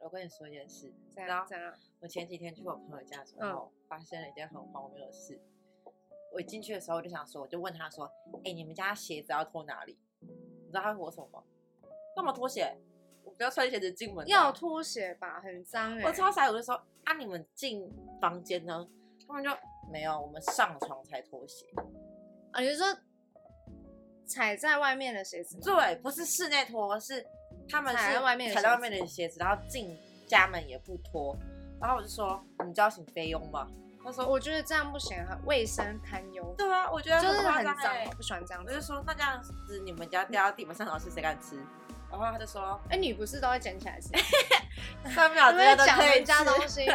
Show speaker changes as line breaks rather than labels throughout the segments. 我跟你说一件事，
怎
然
样嗯
后
怎样？
我前几天去我朋友家的时候，发生了一件很荒谬的事。我一进去的时候，我就想说，我就问他说：“哎、你们家鞋子要拖哪里？”你知道他回我什么吗？干嘛拖鞋？我不要穿鞋子进门的啊。
要拖鞋吧，很脏哎、
我超傻眼，我就说：“啊，你们进房间呢？”他们就没有，我们上床才脱鞋。
啊，你是说踩在外面的鞋子吗？
对，不是室内脱，是他们是
踩在外面的
踩到外
鞋子
面的鞋子，然后进家门也不脱。然后我就说：“你们知道请菲佣吗？”他说：“
我觉得这样不行，很卫生堪忧，
对啊，我觉得
就是
夸
很
张
脏
欸，
我不喜欢这样
我就
子。
说那这样子你们家掉到地板上，老师谁敢吃？然后他就 说
哎、你不是都会捡起来吃？
三秒之
你们
内
在
都
讲
可以
人家
吃。啊
东西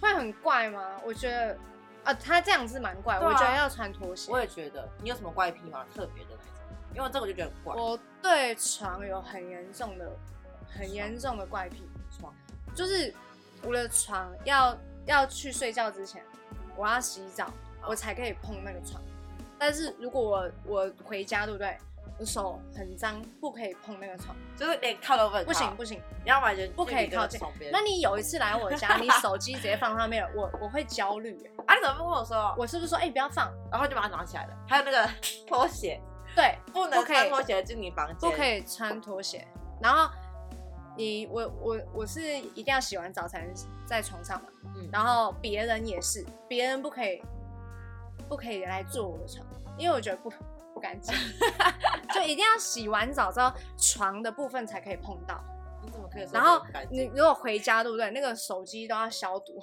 会很怪吗？我觉得，啊，他这样子蛮怪，
对啊
我觉得要穿拖鞋。
我也觉得，你有什么怪癖吗？特别的那种？因为这个我就觉得很怪。
我对床有很严重的、很严重的怪癖，
床
就是我的床要要去睡觉之前，我要洗澡，我才可以碰那个床。但是如果我我回家，对不对？我手很脏，不可以碰那个床，
就是连靠都不能
不
靠
行，不行。
你要买人
不可以靠近
手边。
那你有一次来我 家，你手机直接放上面了，我我会焦虑、欸，
啊，你怎么不跟我说？
我是不是说，哎、不要放？
然后就把它拿起来了。还有那个 拖鞋，
对，
不能
不可以
穿拖鞋进你房间，
不可。以穿拖鞋。然后你我我我是一定要洗完澡才能在床上嘛，
嗯
然后别人也是，别人不可以不可以来坐我的床，因为我觉得不不干 净，就一定要洗完澡之后床的部分才可以碰到。
你怎么可以说
然后
别人干净？
你如果回家对不对？那个手机都要消毒，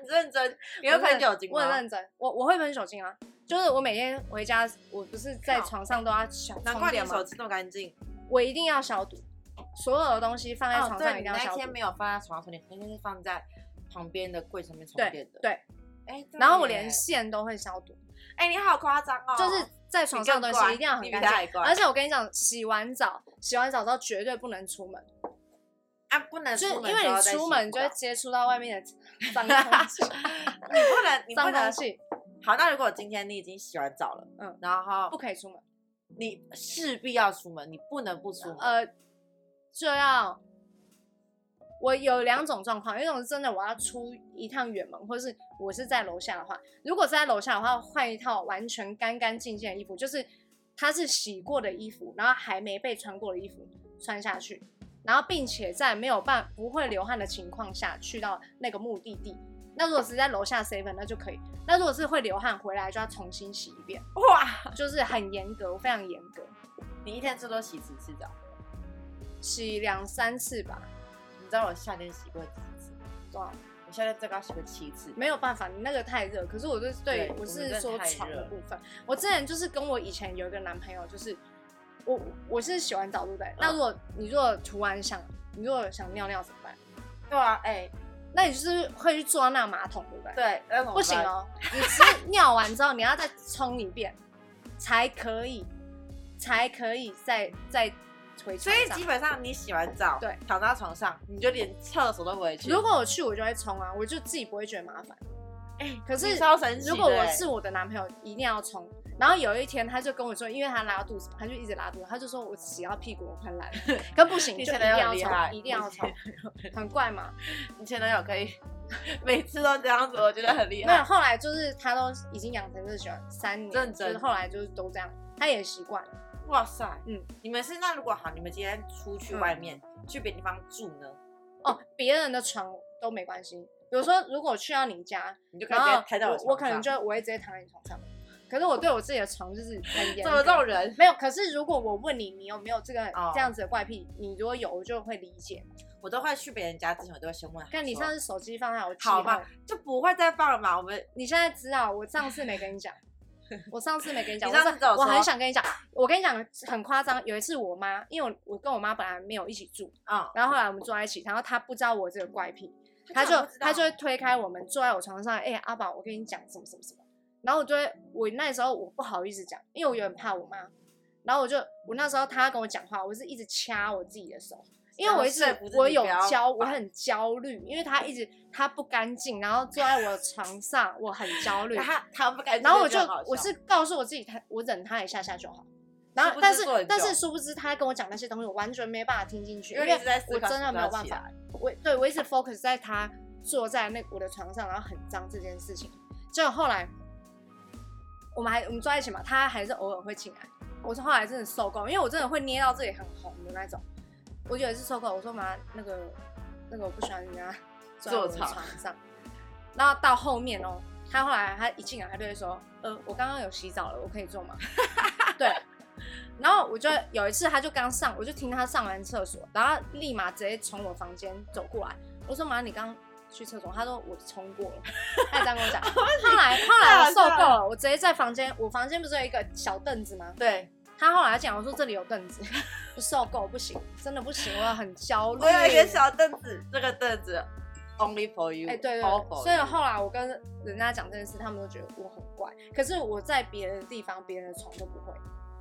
你认真，你会喷酒精
我很
吗？
认真，我我会喷酒精啊。就是我每天回家，我不是在
靠
床上都要消，
难
充
怪你
电吗
手机那么干净。
我一定要消毒，所有的东西放在
哦，
床
对，
上
你
一定要
那
消毒。
天没有放在床上，你那天是放在旁边的柜上面充电
对
的。
对，
哎，对
然后我
耶
连线都会消毒，
哎、你好夸张哦！
就是在床上的
你更
东
乖
西一定要很
你比他
干
还
净。
乖
而且我跟你讲，洗完澡，洗完澡之后绝对不能出门，
啊，不能
就是
出门
因
之
为
后再
你
洗
出
澡，
门就会接触到外面的脏空气、
你不能，你不
脏空
能
气，
好，那如果今天你已经洗完澡了，嗯
嗯，
然后
不可以出门。
你势必要出门，你不能不出门。
呃，就要我有两种状况，一种是真的我要出一趟远门，或者是我是在楼下的话，如果是在楼下的话，换一套完全干干净净的衣服，就是它是洗过的衣服，然后还没被穿过的衣服穿下去，然后并且在没有办不会流汗的情况下去到那个目的地。那如果是在楼下 seven，那就可以；那如果是会流汗回来，就要重新洗一遍，
哇，
就是很严格，我非常严格，
你一天最多洗几次澡？
洗两三次吧，啊
你知道我夏天洗过几次？
多少？
我夏天最高洗过七次。
没有办法，你那个太热。可是我就是对
对
我
我们真
是
的
说
太
床
热
的部分，我之前就是跟我以前有一个男朋友，就是我我是洗完澡对不对？
嗯
那如果你如果突然想你如果想尿尿怎么办？
对啊，哎、
那你就是会去坐那马桶对不对？
对，那怎么
不行
办，
哦，你是尿完之后你要再冲一遍才可以，才可以再再回
所
床
以
上
基本上你洗完澡，
对，
躺到床上，你就连厕所都不会去。
如果我去，我就会冲啊，我就自己不会觉得麻烦。
哎、
可是
你超神奇的
如果我
欸
是我的男朋友，一定要冲。然后有一天，他就跟我说，因为他拉肚子，他就一直拉肚子，他就说我洗到屁股我快烂 了，可不行，
你
就一
前
定
男友
要
很厉害，
冲，一定要冲，很怪嘛。
你前男友可以 每次都这样子，我觉得很厉
没有，
害。
后来就是他都已经养成这个习惯三年，
认
就
真
是后来就是都这样，他也习惯了。
哇塞，嗯
嗯，
你们是那如果好，你们今天出去外面、去别的地方住呢，
哦，别人的床都没关系，比如说如果去到你家，
你就可以
然
直
后
接抬到
我我可能
床上
就我会直接躺在你床上，可是我对我自己的床就是很严
怎
格，
么这种人？
没有，可是如果我问你，你有没有这个、
哦
这样子的怪癖？你如果有，我就会理解。
我都会去别人家之前，我都会先问他说。
但你上次手机放下，我记
好
好
吧，就不会再放了嘛？我们
你现在知道，我上次没 跟你讲，我上次没跟你讲，
你上次
我
只有
我很
说
想跟你讲，我跟你讲很夸张。有一次我妈，因为我我跟我妈本来没有一起住，
嗯，
然后后来我们住在一起，然后她不知道我这个怪癖，她
根
就
本不知道
她就会推开我们，坐在我床上，哎、阿宝，我跟你讲什么什么什么。然后我就会，我那时候我不好意思讲，因为我有点怕我妈。然后我就，我那时候她跟我讲话，我是一直掐我自己的手，因为我一直
然后说服自己
我有
不要
焦，我
绑
很焦虑，因为她一直她不干净，然后坐在我的床上，我很焦虑。
他他不敢，
然后我就
这很好笑
我是告诉我自己，她我忍她一下下就好。然
殊
后
不
但
知
是
做很
但是
久
殊不知他跟我讲那些东西，我完全没办法听进去，
因
因
为
为
一直在思
我
考
真的
什么啊
没有
时候
办
起
法
来。
我对我一直 focus 在他坐在那我的床上，然后很脏这件事情。结果后来我们还我们坐在一起嘛，他还是偶尔会进来。我是后来真的受够，因为我真的会捏到这里很红的那种。我有一次受够，我说妈，那个那个我不喜欢人家坐在我的
坐
床
草
上。然后到后面哦，他后来他一进来，他就会说，呃，我刚刚有洗澡了，我可以坐吗？ 对。然后我就有一次，他就刚上，我就听他上完厕所，然后立马直接从我房间走过来。我说妈，你刚去厕所？他说我冲过了， 他也这样跟我讲。后来后来我受够了，我直接在房间，我房间不是有一个小凳子吗？
对，
他后来讲，我说这里有凳子， 我受够不行，真的不行，我很焦虑。
我有一个小凳子，这个凳子 only for you，
嗯哎、对对
all
对
for
所以
you
后来我跟人家讲这件事，他们都觉得我很怪。可是我在别的地方，别人的床都不会。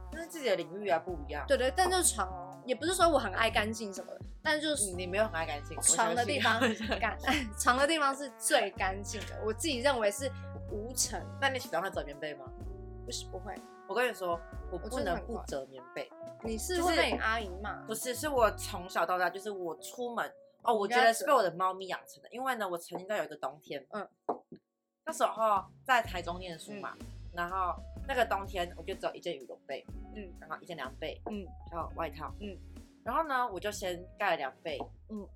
那是自己的领域啊，不一样。
对对，但就是床哦，也不是说我很爱干净什么的，但就是
嗯你你没有很爱干净，我
床的
相信
地 方干， 床的地方是最干净的，我自己认为是无尘，
那你喜欢折棉被吗？
不是不会，
我跟你说，我
我
不
真的
能
很嗯
不
怪
折棉被。
你是
就是
会被你阿姨骂，
不是，是我从小到大，就是我出门哦，我
你
觉
要
得是
折
被我的猫咪养成的。因为呢，我曾经在有一个冬天，
嗯，
那时候在台中念书嘛，然后那个冬天我就只有一件羽绒被，
嗯
然后一件凉被，
嗯，
还有外套，
嗯，
然后呢，我就先盖了凉被，
嗯，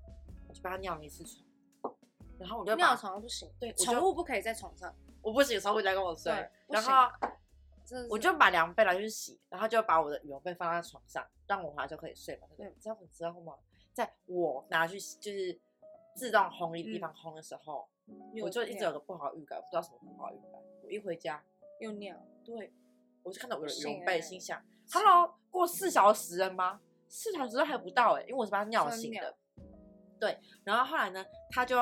我就把它尿了一次床，然后我就把
尿床不行，
对我就
宠物不可以在床上，
我不行，小鬼在跟我睡
对，不
然
行
后
真的
我
是
就把凉被拿去洗，然后就把我的羽绒被放在床上，让我回来就可以睡嘛，对不对？
嗯
你知道你知道吗？在我拿去洗就是自动烘衣的地
嗯
方烘的时候，
有
我就一直
尿
有个不好的预感，我不知道什么不好的预感。我一回家，
又尿，
对我就看到我
不
的羽绒
行
被，
欸
心想：“Hello，过四小时了吗？四小时都还不到哎、因为我是把它尿
真
醒
尿
的。”对，然后后来呢，他就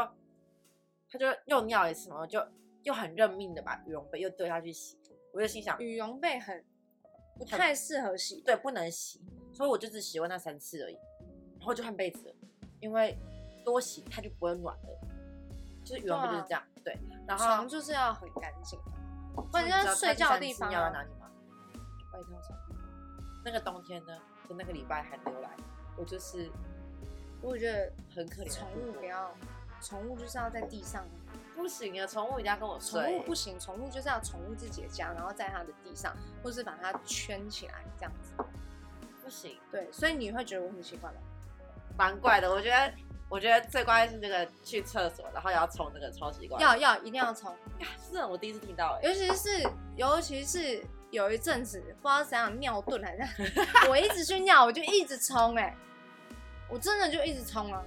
他就又尿了一次嘛，我就又很认命的把羽绒被又丢下去洗，我就心想。
羽绒被很不太适合洗，
对，不能洗，所以我就只洗过那三次而已，然后就换被子了，因为多洗它就不会暖了，就是羽绒被就是这样，对，然后
啊床就是要很干净的，不
那
然
你
就
知道
是
它
睡
第
觉的
三
地
次
方
尿在
啊
哪。里吗？
外套上
那个冬天呢，就那个礼拜还流来，我就是
我觉得
很可怜的
宠
度
物
过
不要，宠物就是要在地上啊。
不行啊，宠物一定要跟我
宠物
睡，
不行，宠物就是要宠物自己的家，然后在它的地上，或是把它圈起来这样子。
不行，
对，所以你会觉得我很奇怪吗？
蛮怪的，我觉得。我觉得最关键是那个去厕所，然后也要冲那个超级怪，啊
要要一定要冲，
是我第一次听到、欸，
尤其是尤其是有一阵子不知道怎样尿遁还是， 我一直去尿，我就一直冲哎、我真的就一直冲啊，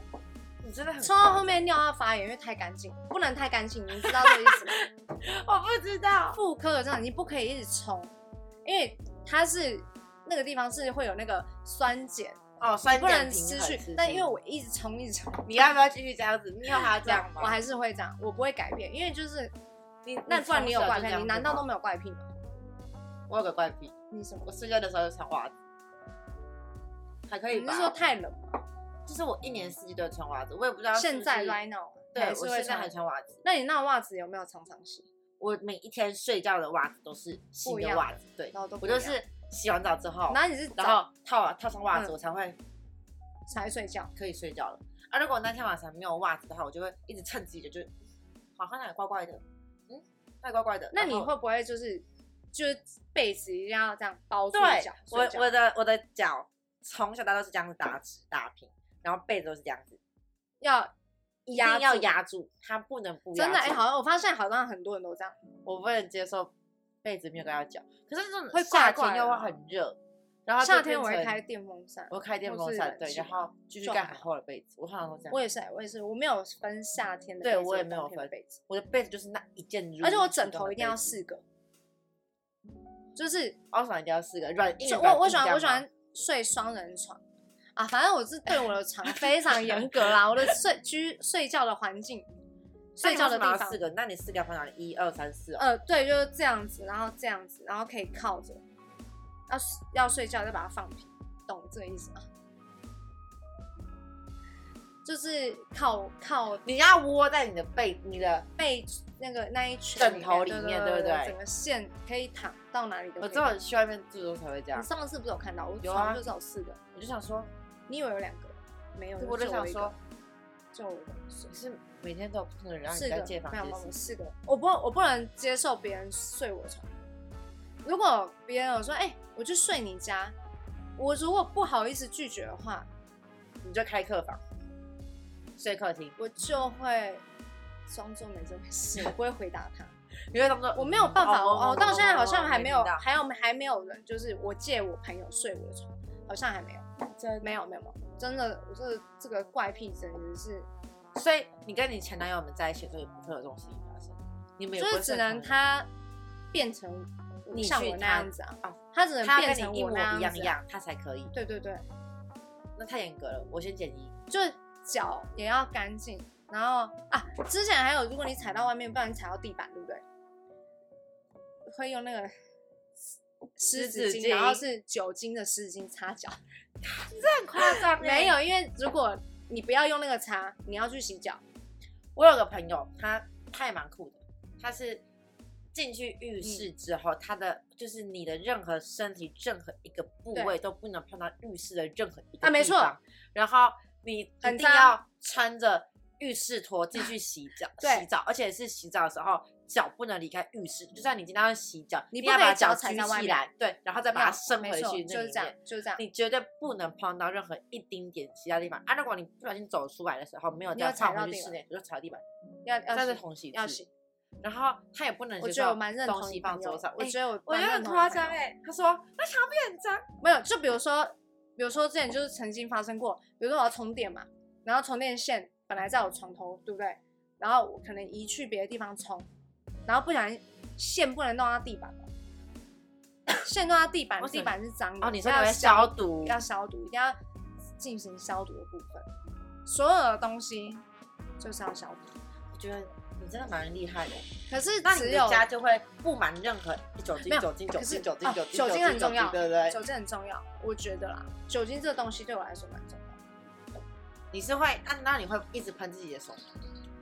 你真的很
冲到后面尿到发炎，因为太干净，不能太干净，你知道这个意思 吗？
我不知道，
妇科这样，你不可以一直冲，因为它是那个地方是会有那个酸碱，
哦，酸
不能
碱平
失
衡
去
是。
但
是
因为我一直冲一直冲，
你要不要继续这样子？你有还要 这样吗？
我还是会这样，我不会改变，因为就是
你
那不然你有怪
从小就这
癖，
样
你
子
难道
吗
都没有怪癖吗？
我有个怪癖，
你什么
我？睡觉的时候就穿袜子，还可以
你
吧？
是说太冷吗？
就是我一年四季都会穿袜子，我也不知道是不是
嗯现在 right now，
对
还
我
是会
现在还
穿。
穿袜子，
那你那袜子有没有常常洗？
我每一天睡觉的袜子都是新
不一
的
样
袜子，对
然后都不
我
一样
就是洗完澡之后，
然后你是
然
早
后套套上袜子，
嗯
我才会
才睡觉，
可以睡觉了。啊，如果那天晚上没有袜子的话，我就会一直趁自己的，就是好像哪里怪怪的，嗯，哪里怪怪的。
那
然
你
后
会不会就是就是被子一定要这样包住
对
脚？，
我
睡觉
我的我的脚从小到大都是这样子打直打平，然后被子都是这样子，
要
一
压
定要
住
压住，它不能不压
真
住。
的哎、好像我发现好像很多人都这样。
我不能接受被子没有盖到脚。可是这种
会
夏
怪怪
天又
的
会很热，然后就
夏天我
变成
会开，电风扇
我，会开电
或
风
是
扇，
冷
对，
气
然后继续
就
盖
还
很
好
厚的被子。我好像都这样，
我
我
也是、啊我也是，我没有分夏天的被
对
子，
我也没有
冬天的
分
被子，
我的被子就是那一件如
而且我
其
枕
中
头
的
一定要
被子，
四个，就是
我想一定要四个软硬
就
软
我我
硬
喜欢
这
我
样
喜
吗
欢睡双人床啊，反正我是对我的床非常严格 啦，我的睡居睡觉的环境，
那
睡
你
觉
为
的
什
地
么要
方
四，个，那你四个要放哪里？一二三四哦，
呃，对，就是这样子，然后这样子，然后可以靠着，要要睡觉再把它放平，懂这个意思吗？就是靠靠
你要窝在你的被，你的
被那个那一圈
枕头里面
对
对不对
整个线可以躺到哪里都可
我
以
知道去外面住都才会这
躺。
样
你。上次不是有看到我
有啊
床上就是有四个，
我就想说，
你以为有两个？没有，
我就想说，
就我一个，就
你是每天都有不同的人让你
四
在
个
借房
没有没有
间
我
是
四个，我不我不能接受别人睡我床。如果别人有说，哎、我去睡你家，我如果不好意思拒绝的话，
你就开客房，睡客厅，
我就会装作没这回事，我不会回答 他。
因为他们说
我没有办法，
哦
我我到现在好像还没有，
没听到
还有还没有人，就是我借我朋友睡我的床，好像还没有，
真
没有没有没有，真的，我这这个怪癖真的是，
所以你跟你前男友们在一起的时候也不会有这种事情发生，你们也
就
不会
是只
睡同
能
一
他变成
你
像
去
我那
他
样子啊
哦，
他只能
他
变
要跟
成
你一
我
模
那
一样
子
一
啊，
样，他才可以。
对对对，
那太严格了，我先减一。
就是脚也要干净，然后啊，之前还有，如果你踩到外面，不然你踩到地板，对不对？会用那个湿
湿
纸
纸
巾，然后
巾
是酒精的湿纸巾擦 脚。
很夸张欸
没
没
有
有，，
因为如果你不要用那个擦，你要去洗脚。
我有个朋友，他他也蛮酷的，他是进去浴
嗯
室之后，他的就是你的任何身体任何一个部位都不能碰到浴室的任何一个地方
啊没错。
然后你一
很
定
脏，
要穿着浴室拖进去洗澡
对
洗澡，而且是洗澡的时候。脚不能离开浴室，就算你今天要洗脚，
你
一
不
定要
可以
把
脚
脚
踩
举
在外
起
面
来，对，然后再把它
那
伸回
没错
去那
就是
里
这样
面，
就是这样。
你绝对不能碰到任何一丁点其他地方啊！如果你不小心走出来的时候没有
你有
再
踩
放
到
回
地
去室
板
内，你就踩到地板，
要要
再是
洗
同洗
要
洗。
洗，
然后他也不能
我
接
觉得
受
我蛮认
东
同
西
你
放
朋友
桌上
的，。我
哎
觉得我
我觉
蛮
得
认
很
同
夸
你朋
张
友的
哎，他说那墙壁很脏，
没有，就比如说，比如说之前就是曾经发生过，比如说我要充电嘛，然后充电线本来在我床头，对不对？然后我可能移去别的地方充，然后不小心线不能弄到地板嘛，线弄到地板
为，什么
地板是脏的，
哦，你说你
要
会消毒，
要消毒，一定要进行消毒的部分，所有的东西就是要消毒。
我觉得你真的蛮厉 害的。
可是
那
只
你
有
的家就会布满任何酒
没
精、
有
酒精、酒
可是
精、酒精、
哦
酒精、
酒精很重要
对不对？
酒精很重要，我觉得啦，酒精这东西对我来说蛮重要。
你是会，那那你会一直喷自己的手吗？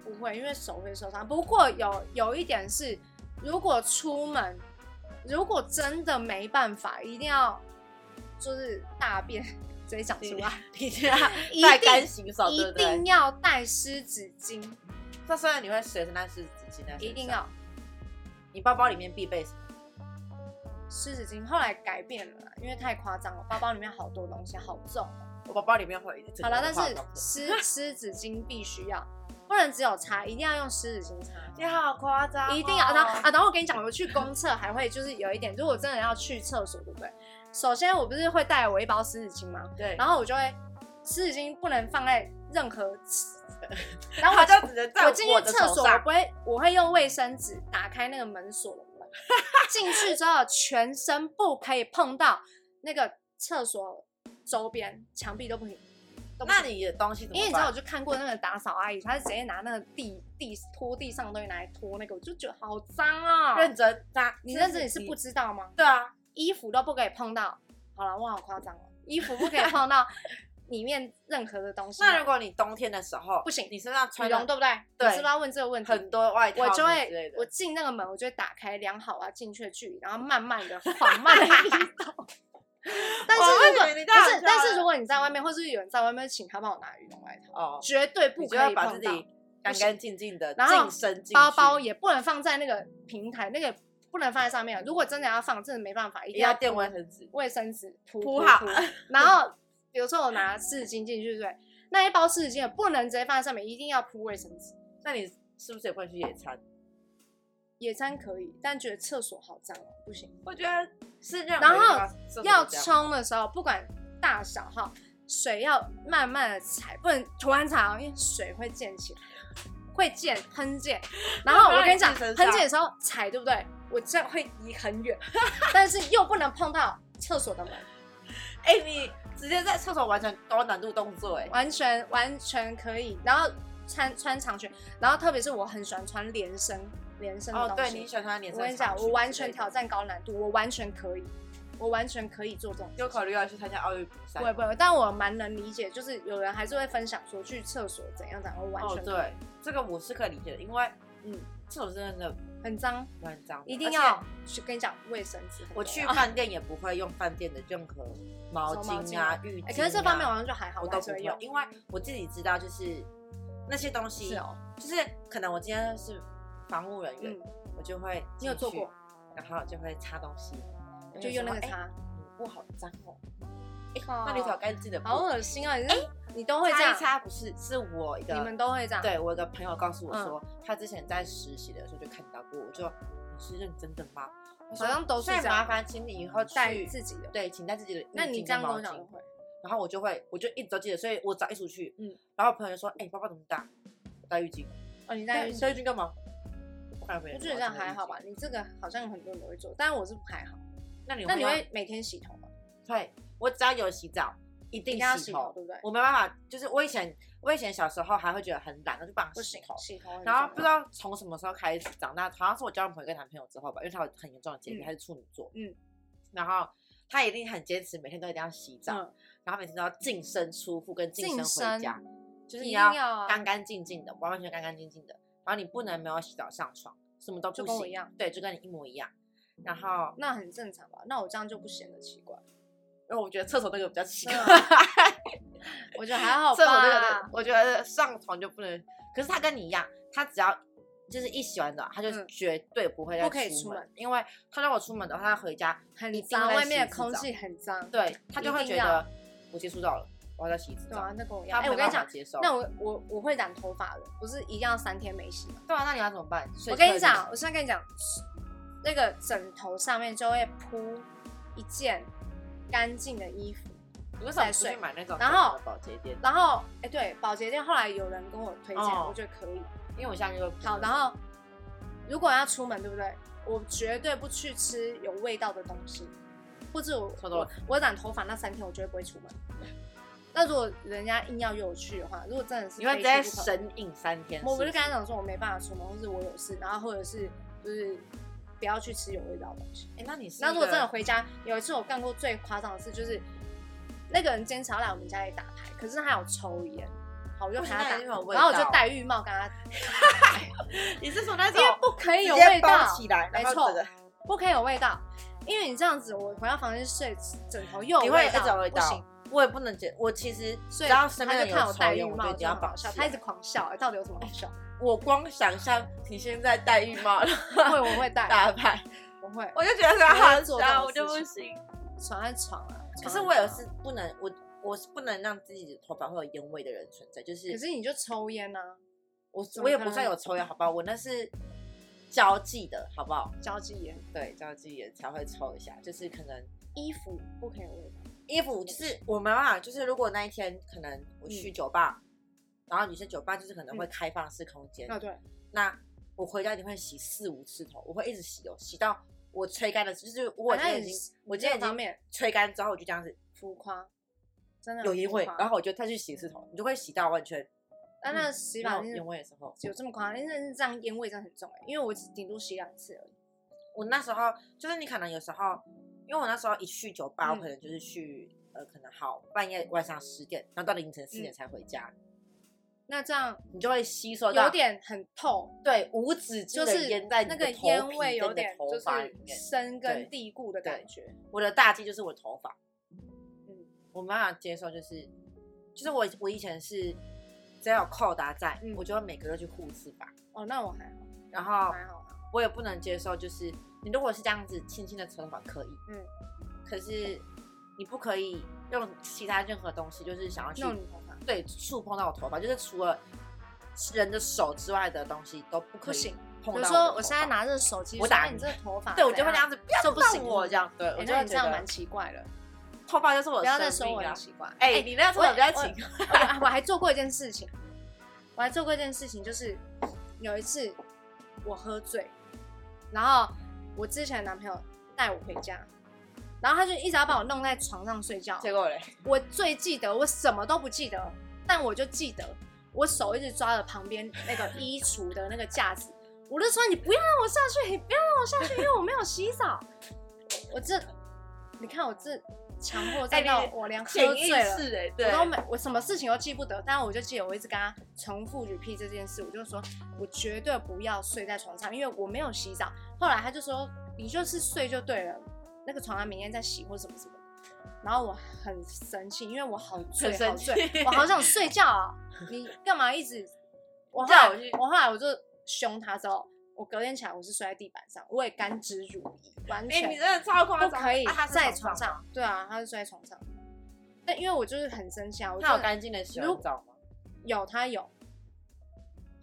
不会，因为手会受伤。不过有有一点是，如果出门，如果真的没办法，一定要就是大便直接讲出来，
你这样
一
带
定
干洗手，对
一
不对
定？要带湿纸巾，
那虽然你会随身带湿纸巾，啊但是
一定要
你包包里面必备什么？
湿纸巾。后来改变了啦，因为太夸张了，包包里面好多东西，好重。
我包包里面会有一整
好了，
个
但
化
是
妆品
湿湿纸巾必须要，不能只有擦，一定要用湿纸巾擦。
你好夸张哦、
一定要，然后啊，然后我跟你讲，我去公厕还会就是有一点，如果真的要去厕所，对不对？首先我不是会带我一包湿纸巾吗？
对，
然后我就会湿纸巾不能放在任何，然
然
后
后
我
就只能在
我进去
的
厕
手
所，我
上
不会，我会用卫生纸打开那个门锁的门，进去之后全身不可以碰到那个厕所周边墙壁都不行。都不
那
行
你的东西怎么办？
因为你知道，我就看过那个打扫阿姨，她是直接拿那个地地拖地上的东西拿来拖那个，我就觉得好脏啊、
认真扎，
你
就是
认真你是不知道吗？
对啊，
衣服都不可以碰到。好了，我好夸张哦，衣服 不可以碰到里面任何的东西。
那如果你冬天的时候
不行
你身上
羽
穿
绒
了
对不对？
对
你是不是要问这个问题？
很多外套
我就
之类
会
的
我进那个门，我就会打开量好啊进去的距离，然后慢慢的缓慢 的移动。但是
我
如果
以为哦你这样
但是
讲
但是如果你在外面，或是有人在外面，请他帮我拿羽绒外套，
哦，
绝对不
你就
可
要
以
把自
碰
己
到。
干干净净的
然后
净身进去
包包也不能放在那个平台，那个不能放在上面。如果真的要放，真的没办法，一
一
定
定要
要
垫
铺
卫生纸，
卫生纸铺
铺 好
然后比如说我拿湿纸巾进去，对不对，那一包湿纸巾也不能直接放在上面，一定要铺卫生纸。
那你是不是也不能去野餐？
野餐可以，但觉得厕所好脏哦，不行。
我觉得是任何
然
一
后
个地方厕所
要
都这样
冲的时候，不管大小哈，水要慢慢的踩，不能突然踩哦，因为水会溅起来，会溅喷溅。然后我跟你 讲，
不然你自己身
喷
上
溅的时候踩，对不对？我这样会离很远， 但是又不能碰到厕所的门，
哎、你直接在厕所完成高难度动作、哎，
完全完全可以。然后穿穿长裙，然后特别是我很喜欢穿连身连身的
哦，
东
对，
西。
你喜欢穿连
我
身
跟你讲，
长裙
我完
之类
全
的
挑战高难度，我完全可以。我完全可以做这种事情。
有考虑要去参加奥运比赛
不会不会，但我蛮能理解，就是有人还是会分享说去厕所怎样怎样，我完
哦
全，可以、
对，这个我是可以理解的，因为
嗯，
厕所真的
很脏，
蛮脏的，
一定
而且
要去跟你讲卫生纸很重要。
我去饭店也不会用饭店的任何毛
手
巾
毛巾
啊
啊、
浴巾、啊
哎、可是这方面好像就还好，
我
我
都
还
不
是
会
会用。
因为我自己知道，就是那些东西，
是哦，
就是可能我今天是防务人员，
嗯，
我就会
你有
进
做
去
过，
然后就会擦东西，
就用那个
哎，
擦，
布、好脏哦，
靠
那你找干哎净的布，
好恶心啊！你是、你都会这
擦
样
一，擦不是，是我一个，
你们都会这样，嗯
对我有个朋友告诉我说，他之前在实习的时候就看到过，我就你是认真的吗？我说
好像都是
所以
这样
麻烦请你以后
带
去
自己的。
对，请带自己的浴巾
那你
跟
这样跟
毛
我讲
巾
就会，
然后我就会，我就一直都记得，所以我只要一出去，嗯
嗯，
然后我朋友就说，哎、你包包怎么大？我带浴巾，
哦，你
带
在
浴带浴巾干嘛？我看到别
我
人
觉得这
包
样
包
还好吧
真的浴巾？，
你这个好像很多人都会做，但是我是不还好。
那你
那你
要
会每天洗头吗？
对我只要有洗澡，一
一
定
定要
洗
洗头，
头。
对不对？
我没办法，就是我以前我以前小时候还会觉得很懒，那就不
不
想洗
行
头，。
洗头很重要。
然后不知道从什么时候开始，长大好像是我交了朋友跟男朋友之后吧，因为他有很严重的洁癖，
嗯
他是处女座，嗯
嗯，
然后他一定很坚持，每天都一定要洗澡，
嗯
然后每天都要净身出户跟净身
净
回
身
家，就是你
一定
要
要啊
干干净净的，完完全干干净净的，然后你不能没有洗澡上床，什么都不行，
就跟我一样嗯
对，就跟你一模一样。然后，
那很正常吧？那我这样就不显得 奇怪，
因为我觉得厕所那个比较奇怪，
嗯我觉得还好
厕所那个
吧。
我觉得上床就不能。可是他跟你一样，他只要就是一洗完澡，他就
嗯
绝对不会再
不可以
出
出门
因为他让我出门的话，他回家一
很
定
脏，
会
外
洗
面
一
的
次
空
澡
气很脏。
对他就
一
会
定
觉
要
得我接触到了，我要再洗一次
对
澡
啊。，那跟我一
他
样。哎，
没
我跟
办
你
法
讲，
接受。
那我我我会染头发的，不是一定要三天没洗吗？
对啊，那你要怎么办？睡
我跟你
睡
讲，我现在跟你讲，那个枕头上面就会铺一件干净的衣服。
你为什么不
睡
去买那种
然
专门
后
的保洁垫？
然后，哎，对，保洁店后来有人跟我推荐，
哦
我觉得可以。
因为我下 面就
好，然后如果要出门，对不对？我绝对不去吃有味道的东西，或者我
臭豆
我我染头发那三天，我绝对不会出门。那如果人家硬要约我去的话，如果真的是
你会
非
直
去
接
不可
神隐三天。
我不是
不
跟他讲说我没办法出门，或是我有事，然后或者是就是不要去吃有味道的东西。
哎，那你是
那
一
如果
个
真的回家，有一次我干过最夸张的事，就是那个人坚持要来我们家里打牌，可是他有抽烟，好，我就
不
陪
行哦
他
那
打，
一定有味
然后我就
道
戴浴帽跟他，
你是说那
因
种
为不可以
直
有
接
味
包
道，
起来，然
没
后
错
整个
不可以有味道，因为你这样子，我回到房间睡，枕头又
你
有
会
味
有一种味
不行
道。，我也不能接。我其实只
所以
要
他
身边的
就
人有
看我
抽
戴浴
烟，我就
帽，
一
就
定要
很
绑
好
起
笑
来。，
他一直狂笑、哎到底有什么好 笑？
我光想象你现在戴浴 帽
会，我会戴，
打 牌，
我会，
我就觉得
我
好
会做这
笑，
种
我就不
事
行。
床在床啊。
可是
床在
我有
床啊
是不能，我我是不能让自己的头发会有烟味的人存在，就是
可是你就抽烟啊，
我
怎么
我也
可
不算
能
有抽烟，好不好？我那是交际的，好不好？
交际烟，
对，交际也才会抽一下，就是可能
衣服不可以有味道。
衣服就是我没办法，就是如果那一天可能我去酒吧，然后有些酒吧就是可能会
嗯
开放式空间，
啊，对，
那我回家一定会洗四五次头，我会一直洗哦，洗到我吹干的，就是我今
啊那
啊天已
你
经、我今天已
这方
经
面嗯
吹干之后，我就这样子
浮夸，真的
有烟味，然
后
后我就再去洗一次
嗯
头，你就会洗到完全
但那个洗发
嗯没
精
有烟味的时候。
有这么夸张？因为这样烟味真的很重哎，因为我只顶多洗两次而已。
我那时候就是你可能有时候，因为我那时候一去酒吧，
嗯
我可能就是去呃，可能好半夜晚上十点，然后到凌晨四点才回家，
那这样
你就会吸收到
嗯有点很透，
对无止境
就
的
是
烟在你
那
的
个
头
烟
皮
味
跟
有
你的
点
头
就
发里
是
面。
深
对
根蒂固的
对
感觉。
我的大忌就是我头发，嗯
嗯，
我没办法接受，就是就是我我以前是只要有扣打在，
嗯
我就会每个月去护次发，
哦，那我还好，
然后
还好啊。
我也不能接受，就是你如果是这样子轻轻的扯头发可以，嗯
嗯，
可是你不可以用其他任何东西，就是想要去
弄你头发
对触碰到我头发，就是除了人的手之外的东西都不可
不
以
行。比
碰到
如
的头发。
说我现在拿着手机说，
我打
哎
你
你这个头发怎样，
对我就会这样子，不要
这不
碰
行
我这样，对
哎。
我就
那
会
你这样
觉
蛮
得
奇怪的，
头发就是我
不要
的
再
生
说
命
我
啊
很。奇怪。
哎，你那头发比较
我
奇怪，
我还我还做过一件事情，我还做过一件事情，就是有一次我喝醉，然后我之前的男朋友带我回家，然后他就一直要把我弄在床上睡觉。
结果嘞，
我最记得，我什么都不记得，但我就记得我手一直抓着旁边那个衣橱的那个架子，我 就说你不要让我下去，你不要让我下去，因为我没有洗澡。我这你看我这强迫
哎
症
你
到我连
潜
喝
意
醉了。
识哎、
我
对，
都没，我什么事情都记不得，但我就记得我一直跟他重复 repeat 这件事，我就说，我绝对不要睡在床上，因为我没有洗澡。后来他就说，你就是睡就对了，那个床啊明天再洗或什么什么的。然后我很生气，因为我好醉，好
生气
醉，我好想睡觉啊！你干嘛一 直？我后
叫
来
我去
我后来我就凶他之后，我隔天起来我是睡在地板上，我也甘之如饴，完
哎、
全
你真的超夸
不
张，
可以
啊他是
在
床
床
上吗，
上。对啊，他是睡在床上。但因为我就是很生气啊，我
他
就
有干净的洗
如
完澡吗？
有他有。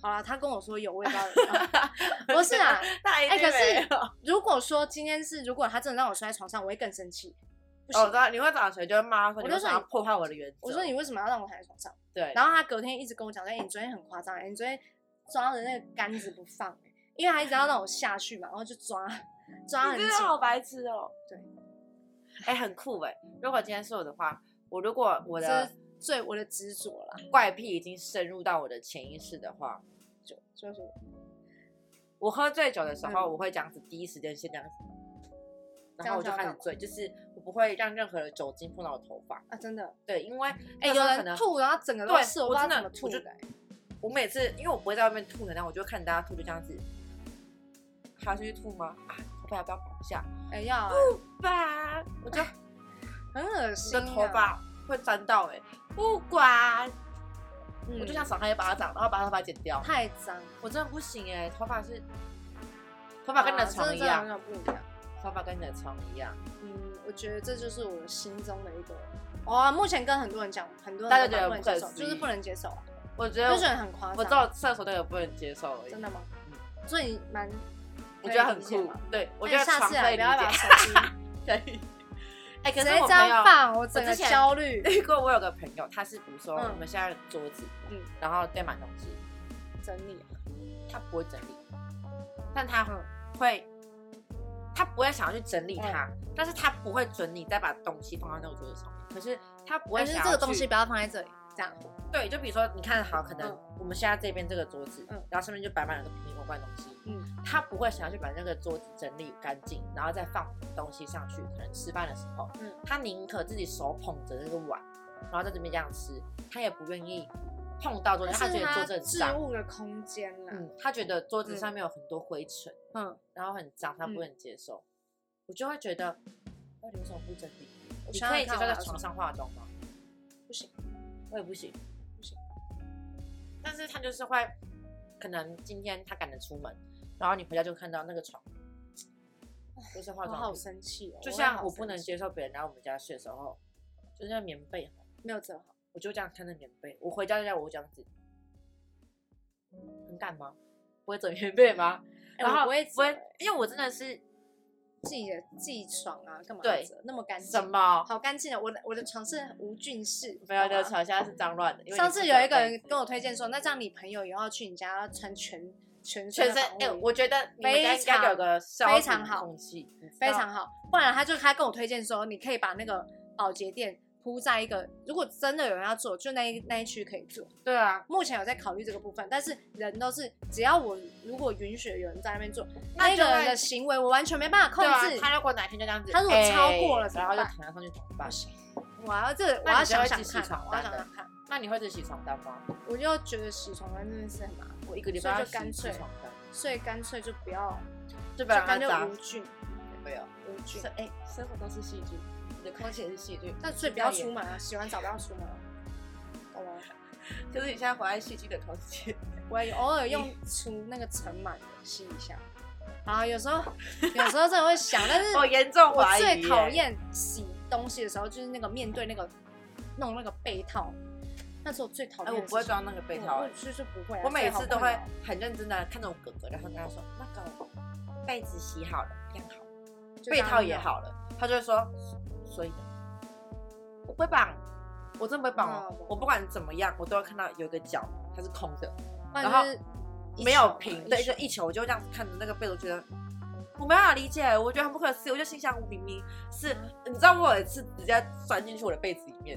好啦，他跟我说有，我也不知道有没 有。不是啊，
他一
哎、
定
可
没有哦
是如果说今天是，如果他真的让我睡在床上，我会更生气。不
哦，
行，
我知道你会找谁，就会骂他说，
我
你
就
为什
说
么要
你
破坏我的原则？
我说你为什么要让我躺在床上？
对，
然后他隔天一直跟我讲说，哎、你昨天很夸张、哎，你昨天抓着那个杆子不放、哎因为他一直要让我下去嘛，然后就抓抓很
你真
紧
的。好白痴哦。
对，
哎、很酷哎、如果今天是我的话，我如果我
这
的
是最我的执着啦，
怪癖已经深入到我的潜意识的话，
就就是
我喝醉酒的时候，
嗯
我会这样子，第一时间先这样子，然
这
后
样
我就
就要
开始
干嘛
醉，就是我不会让任何的酒精碰到我头发。
啊，真的，
对，因为哎
哎、有人，吐，然后整个都
对
是，
我
我不知道
真的
怎么吐
我就
的、哎
我每次因为我不会在外面吐的，那我就看大家吐，就这样子，还要去吐吗？啊，头发要不要绑一下？
哎、要、啊，
吧，我就
很恶
你
心、
的
啊。
头发会沾到哎、不管，
嗯，
我就想赏他一巴掌，然后把头发剪掉。
太脏，
我真的不行哎、头发是头发跟你的床一样，
啊、真的真的有点不一样。
头发跟你的床一样，
嗯，我觉得这就是我心中的一个，哦，目前跟很多人讲，很多人
大家觉得
都不能接
不可
受，
思议
就是不能接受啊，
我觉得
就觉得很夸
我知道
张。
厕所那个不能接受而已
真，的吗？所以蛮，
我觉得很
可以理
酷
解吗。
对，我
那
觉得
你下
床
次啊
可以
不
理
要把
解，
手机
可以。哎、 可
直
是
接
我
这
朋
样
友
放，我整
之
个
前
焦虑。
遇过，我有个朋友，他是比如说
嗯
我们现在桌子，嗯
嗯，
然后堆满东西，
整理啊，
他不会整理，但他会，他不会想要去整理它，
嗯
但是他不会准你再把东西放到那个桌子上面。可是他不会
但哎是
想要
这个
去
东西不要放在这里，这样。
哦对，就比如说你看好，可能
嗯
我们现在这边这个桌子，
嗯
然后上面就摆满了个瓶瓶罐罐的东西，
嗯，
他不会想要去把那个桌子整理干净，然后再放东西上去，可能吃饭的时候，
嗯
他宁可自己手捧着那个碗，然后在这边这样吃，他也不愿意碰到桌子，他
但
觉
是
得桌
它
子很
置
脏，
物的空间啦。
嗯，他觉得桌子
嗯
上面有很多灰尘。
嗯，
然后很脏，他不
嗯
能接受，我就会觉得，那你为什么不整理？
我
你
想
可以接
想
受
看
在
我还有
床
什
上化妆吗？
不行，
我也不行，
不行。
但是他就是会，可能今天他赶着出门，然后你回家就看到那个床，就是化
我好
妆品，
生气哦。
就
会
像
好
我不
生
能
气
接受别人来我们家睡的时候，就是那棉被哈，
没有折好，
我就这样看着棉被，我回家就这样，我这样子，很敢吗？不会整棉被吗？
哎
然
我
后
不会
嗯不会
折哎，
因为我真的是
自己的自己床啊，干嘛
对
折那么干净？
什么？
好干净的，我的我的床是无菌室，
没有
好
的
吗
床现在是脏乱的。因为
上
你不
次有一
准
个
备
人跟我推荐说，那这样你朋友以后要去你家要穿全全
全
身的
身，
防
哎、
护衣
我觉得你们家应该有个消
非
毒
常好
空气，你知
非
道
常好。不然他就他跟我推荐说，你可以把那个保洁垫铺在一个，如果真的有人要做，就那一那一区可以做。
对啊。
目前有在考虑这个部分，但是人都是只要我如果允许有人在那边做，
那
那
就
个
会
人的行为我完全没办法控
对
制
啊，。他如果哪天就这样子，
他如果超过了
哎
怎
然后
么
就
办
躺在上去怎么办
不？行，我要这个我
那你
要
就会
想
自
想
己
看
床，
我
单
要想
的
想看。
那你会自己床单吗？
我就觉得洗床单真的是很麻烦，
我一个礼
所以
拜要
就
洗
干
一次
脆
床单，
所以干脆就不要，
就
就
不要让
干
它
脆无
脏。
菌，
没有，
无菌
生。哎，生活都是细菌，你的空气也是细菌，
但所以不要出门啊，洗完澡不要出门、啊，懂吗？
就是你现在活在细菌的空气。
我也偶尔用除那个尘螨的吸一下。啊，有时候 有时候真的会想，但是
我哦严重
我
怀疑
最
耶
讨厌洗东西的时候，就是那个面对那个弄那个被套，那是我最讨
哎，
厌。
我不会，装那个被套
我
哎
我，就是不会啊、
我每
所以好
次都
困
会
扰
很认真的看着我哥哥，然后跟他说：“那个被子洗好了，晾好了，
就
被
这样
套也
弄
好了。”他就会说：“所以呢，我不会绑，我真的不会绑哦
嗯。
我不管怎么样，我都会看到有一个角它是空的，
不
然后
就是一
没有
球嘛
平，
一
对，
球
就一球。”我就这样子看着那个被子，我觉得。我没办法理解，我觉得很不可思议。我就心想，我明明是，你知道，我有一次直接钻进去我的被子里面，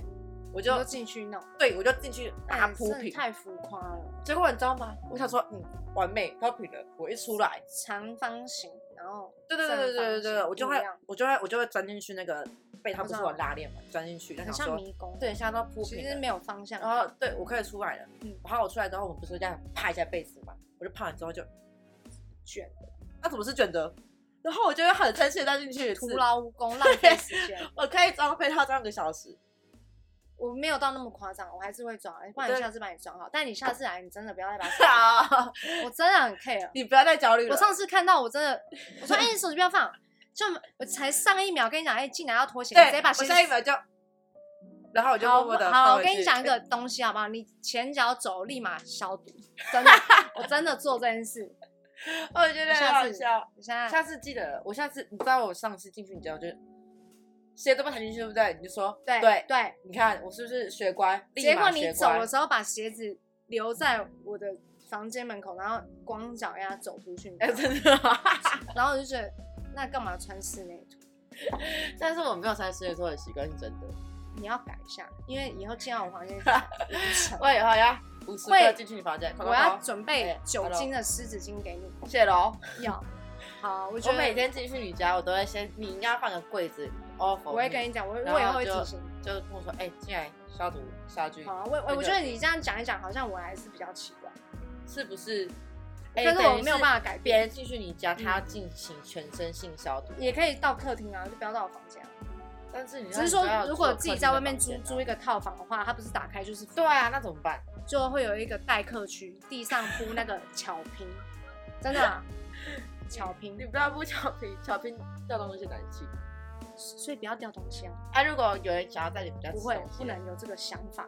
我
你
就
就进去弄，
对我就进去把它
哎
铺
真的
平。
太浮夸了，
结果你知道吗？我想说，嗯，完美，高平了。我一出来，
长方形，然后
对对对对对对对，我就
正方形
会
不一样
我就会我就会钻进去那个被他不是有拉链嘛，钻进去，就
很
想
像
说，
迷宫，
对，像到铺
其
平
实
了。
没有方向。
然后对我快出来了，
嗯
然后我出来之后，我们不是这样拍一下被子嘛，我就拍完之后就，
卷
那、怎么是卷的？然后我就会很生气地带进去一次
徒，劳无功， 浪费时间。
我可以装配套装个小 时，
我没有到那么夸张，我还是会装，不然
对
下次把你装好。但你下次来，你真的不要再把手机，
好，
我真的很 care。
你不要再焦虑了。
我上次看到我真的，我说哎，你手机不要放，就我才上一秒跟你讲，哎，进来要脱鞋，
对，
你直接把
我
鞋子
下一秒就，然后我就
好，
默默的
好，我跟你讲一个东西好不好？你前脚走，立马消毒，真的，我真的做这件事。
我觉得很
下
好
次
笑。
你现在
下次记得，我下次你知道我上次进去，你知道就鞋都不弹进去，对不对？你就说
对
对，
对，
你看我是不是学乖？立
结果
马
你
学
走
乖
的时候把鞋子留在我的房间门口，然后光脚丫走出 去，你知
哎，
道吗
真的吗？
然后我就觉得那干嘛穿室内裤？
但是我没有穿室内拖的习惯，是真的。
你要改一下，因为以后进到 我房间你不成，
我以后要无时无刻
会
进去你房间，快
我
快
要
快
准备
哎
酒
hello
精的湿纸巾给你。
谢喽。
要，好，我觉
我
得
每天进去你家，我都会先，你应该放个柜子 o f
我会跟你讲，我会
然
我以后
后
会
就
提醒你。
就是跟我说，哎，进来消毒杀菌
好，啊，我我
那
我
个
觉得你这样讲一讲，好像我还是比较奇怪，
是不是？哎
但是
等
我
于
没有
是
办法嗯改
别
变。
人进去你家，他要进行全身性消毒。
也可以到客厅啊，就不要到我房间啊。
但是你
只是说，如果自己在外面租
租
租一个套房的话，它不是打开就是
对啊，那怎么办？
就会有一个待客区，地上铺那个巧拼，真的、啊，巧拼
你，不要不巧拼，巧拼掉东西难清。
所以不要掉东西啊。
啊，如果有人想要在你们家吃
不会
东，西
不能有这个想法，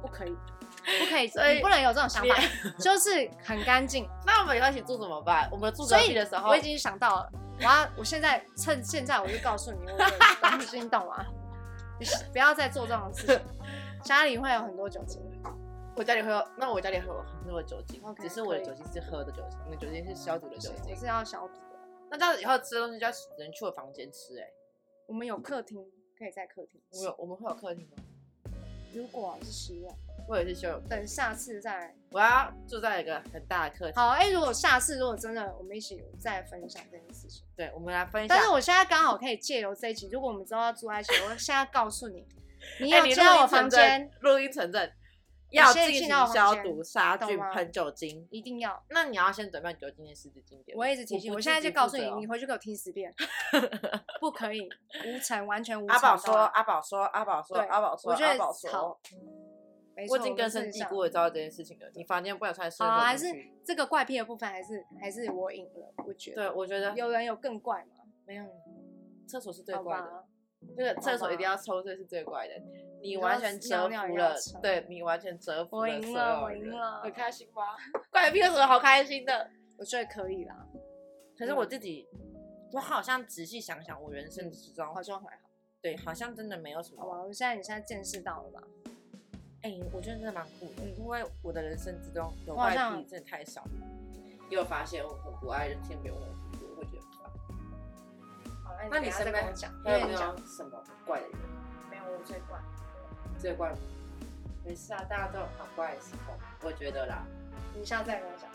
不可以，不可以，
所以
你不能有这种想法，就是很干净。
那我们以后一起住怎么办？我们住隔
所以
壁的时候，
我已经想到了，我要，我现在趁现在我就告诉你，我有东西，你懂吗？啊你不要再做这种事情，家里会有很多酒精。
我家里会有，那我家里会有很多的酒精
OK，
只是我的
可以
酒精是喝的酒精，你的酒精是消毒的酒
我
精。
是要消毒的。
那这样子以后吃东西就要只能去我房间吃、哎，
我们有客厅，可以在客厅。
我有我们会有客厅吗？
如果是希望，
我也是希望有客厅，
等下次再
我要住在一个很大的客厅。
好。哎、如果下次如果真的，我们一起再分享这件事情。
对，我们来分享
但是。我现在刚好可以借由这一集，如果我们之后要住在一起，我现在告诉 你，你
哎
要
你
进
录
到
音
我
存
房
证
间，
录音存证
你
要
先
进
进
行
到我房
消
间
毒、杀
懂
菌、
吗
喷酒精。
一定要。
那你要先准备酒精的湿纸巾给
我一直提醒，
不
我
自
现在
己
就
负
告诉
责
你，
哦
你回去给我听 十遍，不可以，无成，完全无成。
阿宝说，
懂吗
阿宝说，阿宝说，
对
阿宝说，
我觉
阿
得
宝
好
说，，
没
我
错，
已经
们
根
是
深
这
蒂
样
固的知道这件事情了。你房间不想穿深
好啊，还
色
是
进去，
这个怪癖的部分，还是还是我赢了，我觉
对
得。
我觉得
有人有更怪吗？
没有厕所是最
好
怪的，
吧，
那个厕所一定
吧
要抽，这是最怪的。你
你
完
要
全
尿
折
尿
服
也要
了
抽，
对你完全折服
我
了
赢
所
了
有
我赢
人
了
很开心 吗？怪癖有什么好开心的？
我觉得可以啦，
可是我
嗯
自己，我好像仔细想想，我人生之中，
嗯好像还好，
对，好像真的没有什
好吧？
么。
我现在你现在见识到了吧？
哎、我觉得真的蛮酷的，
嗯
因为我的人生之中有
我好
怪
像
癖真的太少了。也有发现我很不爱人天别人问我，我会觉得很烦。
好，
那
你
你
等一下再
身
跟我
边
讲，因
还
为
有没
你讲
有什么怪的人？
没有我最怪。
最怪吗？没事啊，大家都有很怪的时候，我觉得啦。
你下次再跟我讲。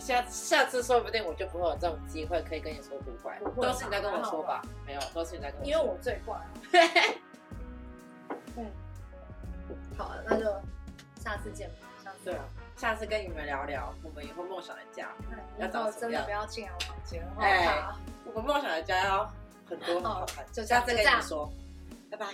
下下次说不定我就不会有这种机会可以跟你说不怪
不，会
都是你在跟
吧
我
还好
说吧？没有，都是你在跟我说。
因为我最 怪。嗯，好，那就下次见吧。下次
对啊，下次跟你们聊聊我们以后梦想的家。
那以后真的不要进来我房间，我好怕。
我们梦想的家要很多很好看，
哦就这
下
样
次跟你们说，拜拜。